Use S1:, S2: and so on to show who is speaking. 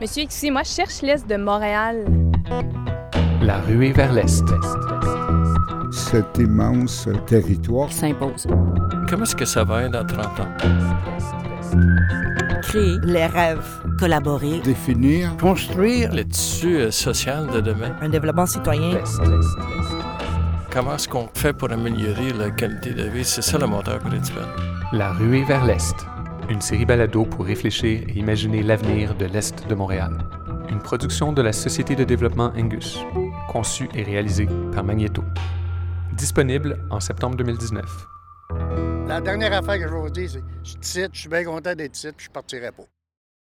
S1: Monsieur, excusez-moi, je cherche l'Est de Montréal.
S2: La ruée vers l'Est.
S3: Cet immense territoire
S4: qui s'impose.
S5: Comment est-ce que ça va être dans 30 ans?
S6: Créer les rêves.
S7: Collaborer.
S3: définir
S6: Construire
S5: Le tissu euh, social de demain,
S6: un développement citoyen.
S5: comment est-ce qu'on fait pour améliorer la qualité de vie? C'est ça le moteur principal.
S2: La ruée vers l'Est. Une série balado pour réfléchir et imaginer l'avenir de l'Est de Montréal. Une production de la Société de développement Angus, conçue et réalisée par Magneto. Disponible en septembre 2019.
S8: La dernière affaire que je vais vous dire, c'est je suis titre, je suis bien content d'être titre, puis je partirai pas.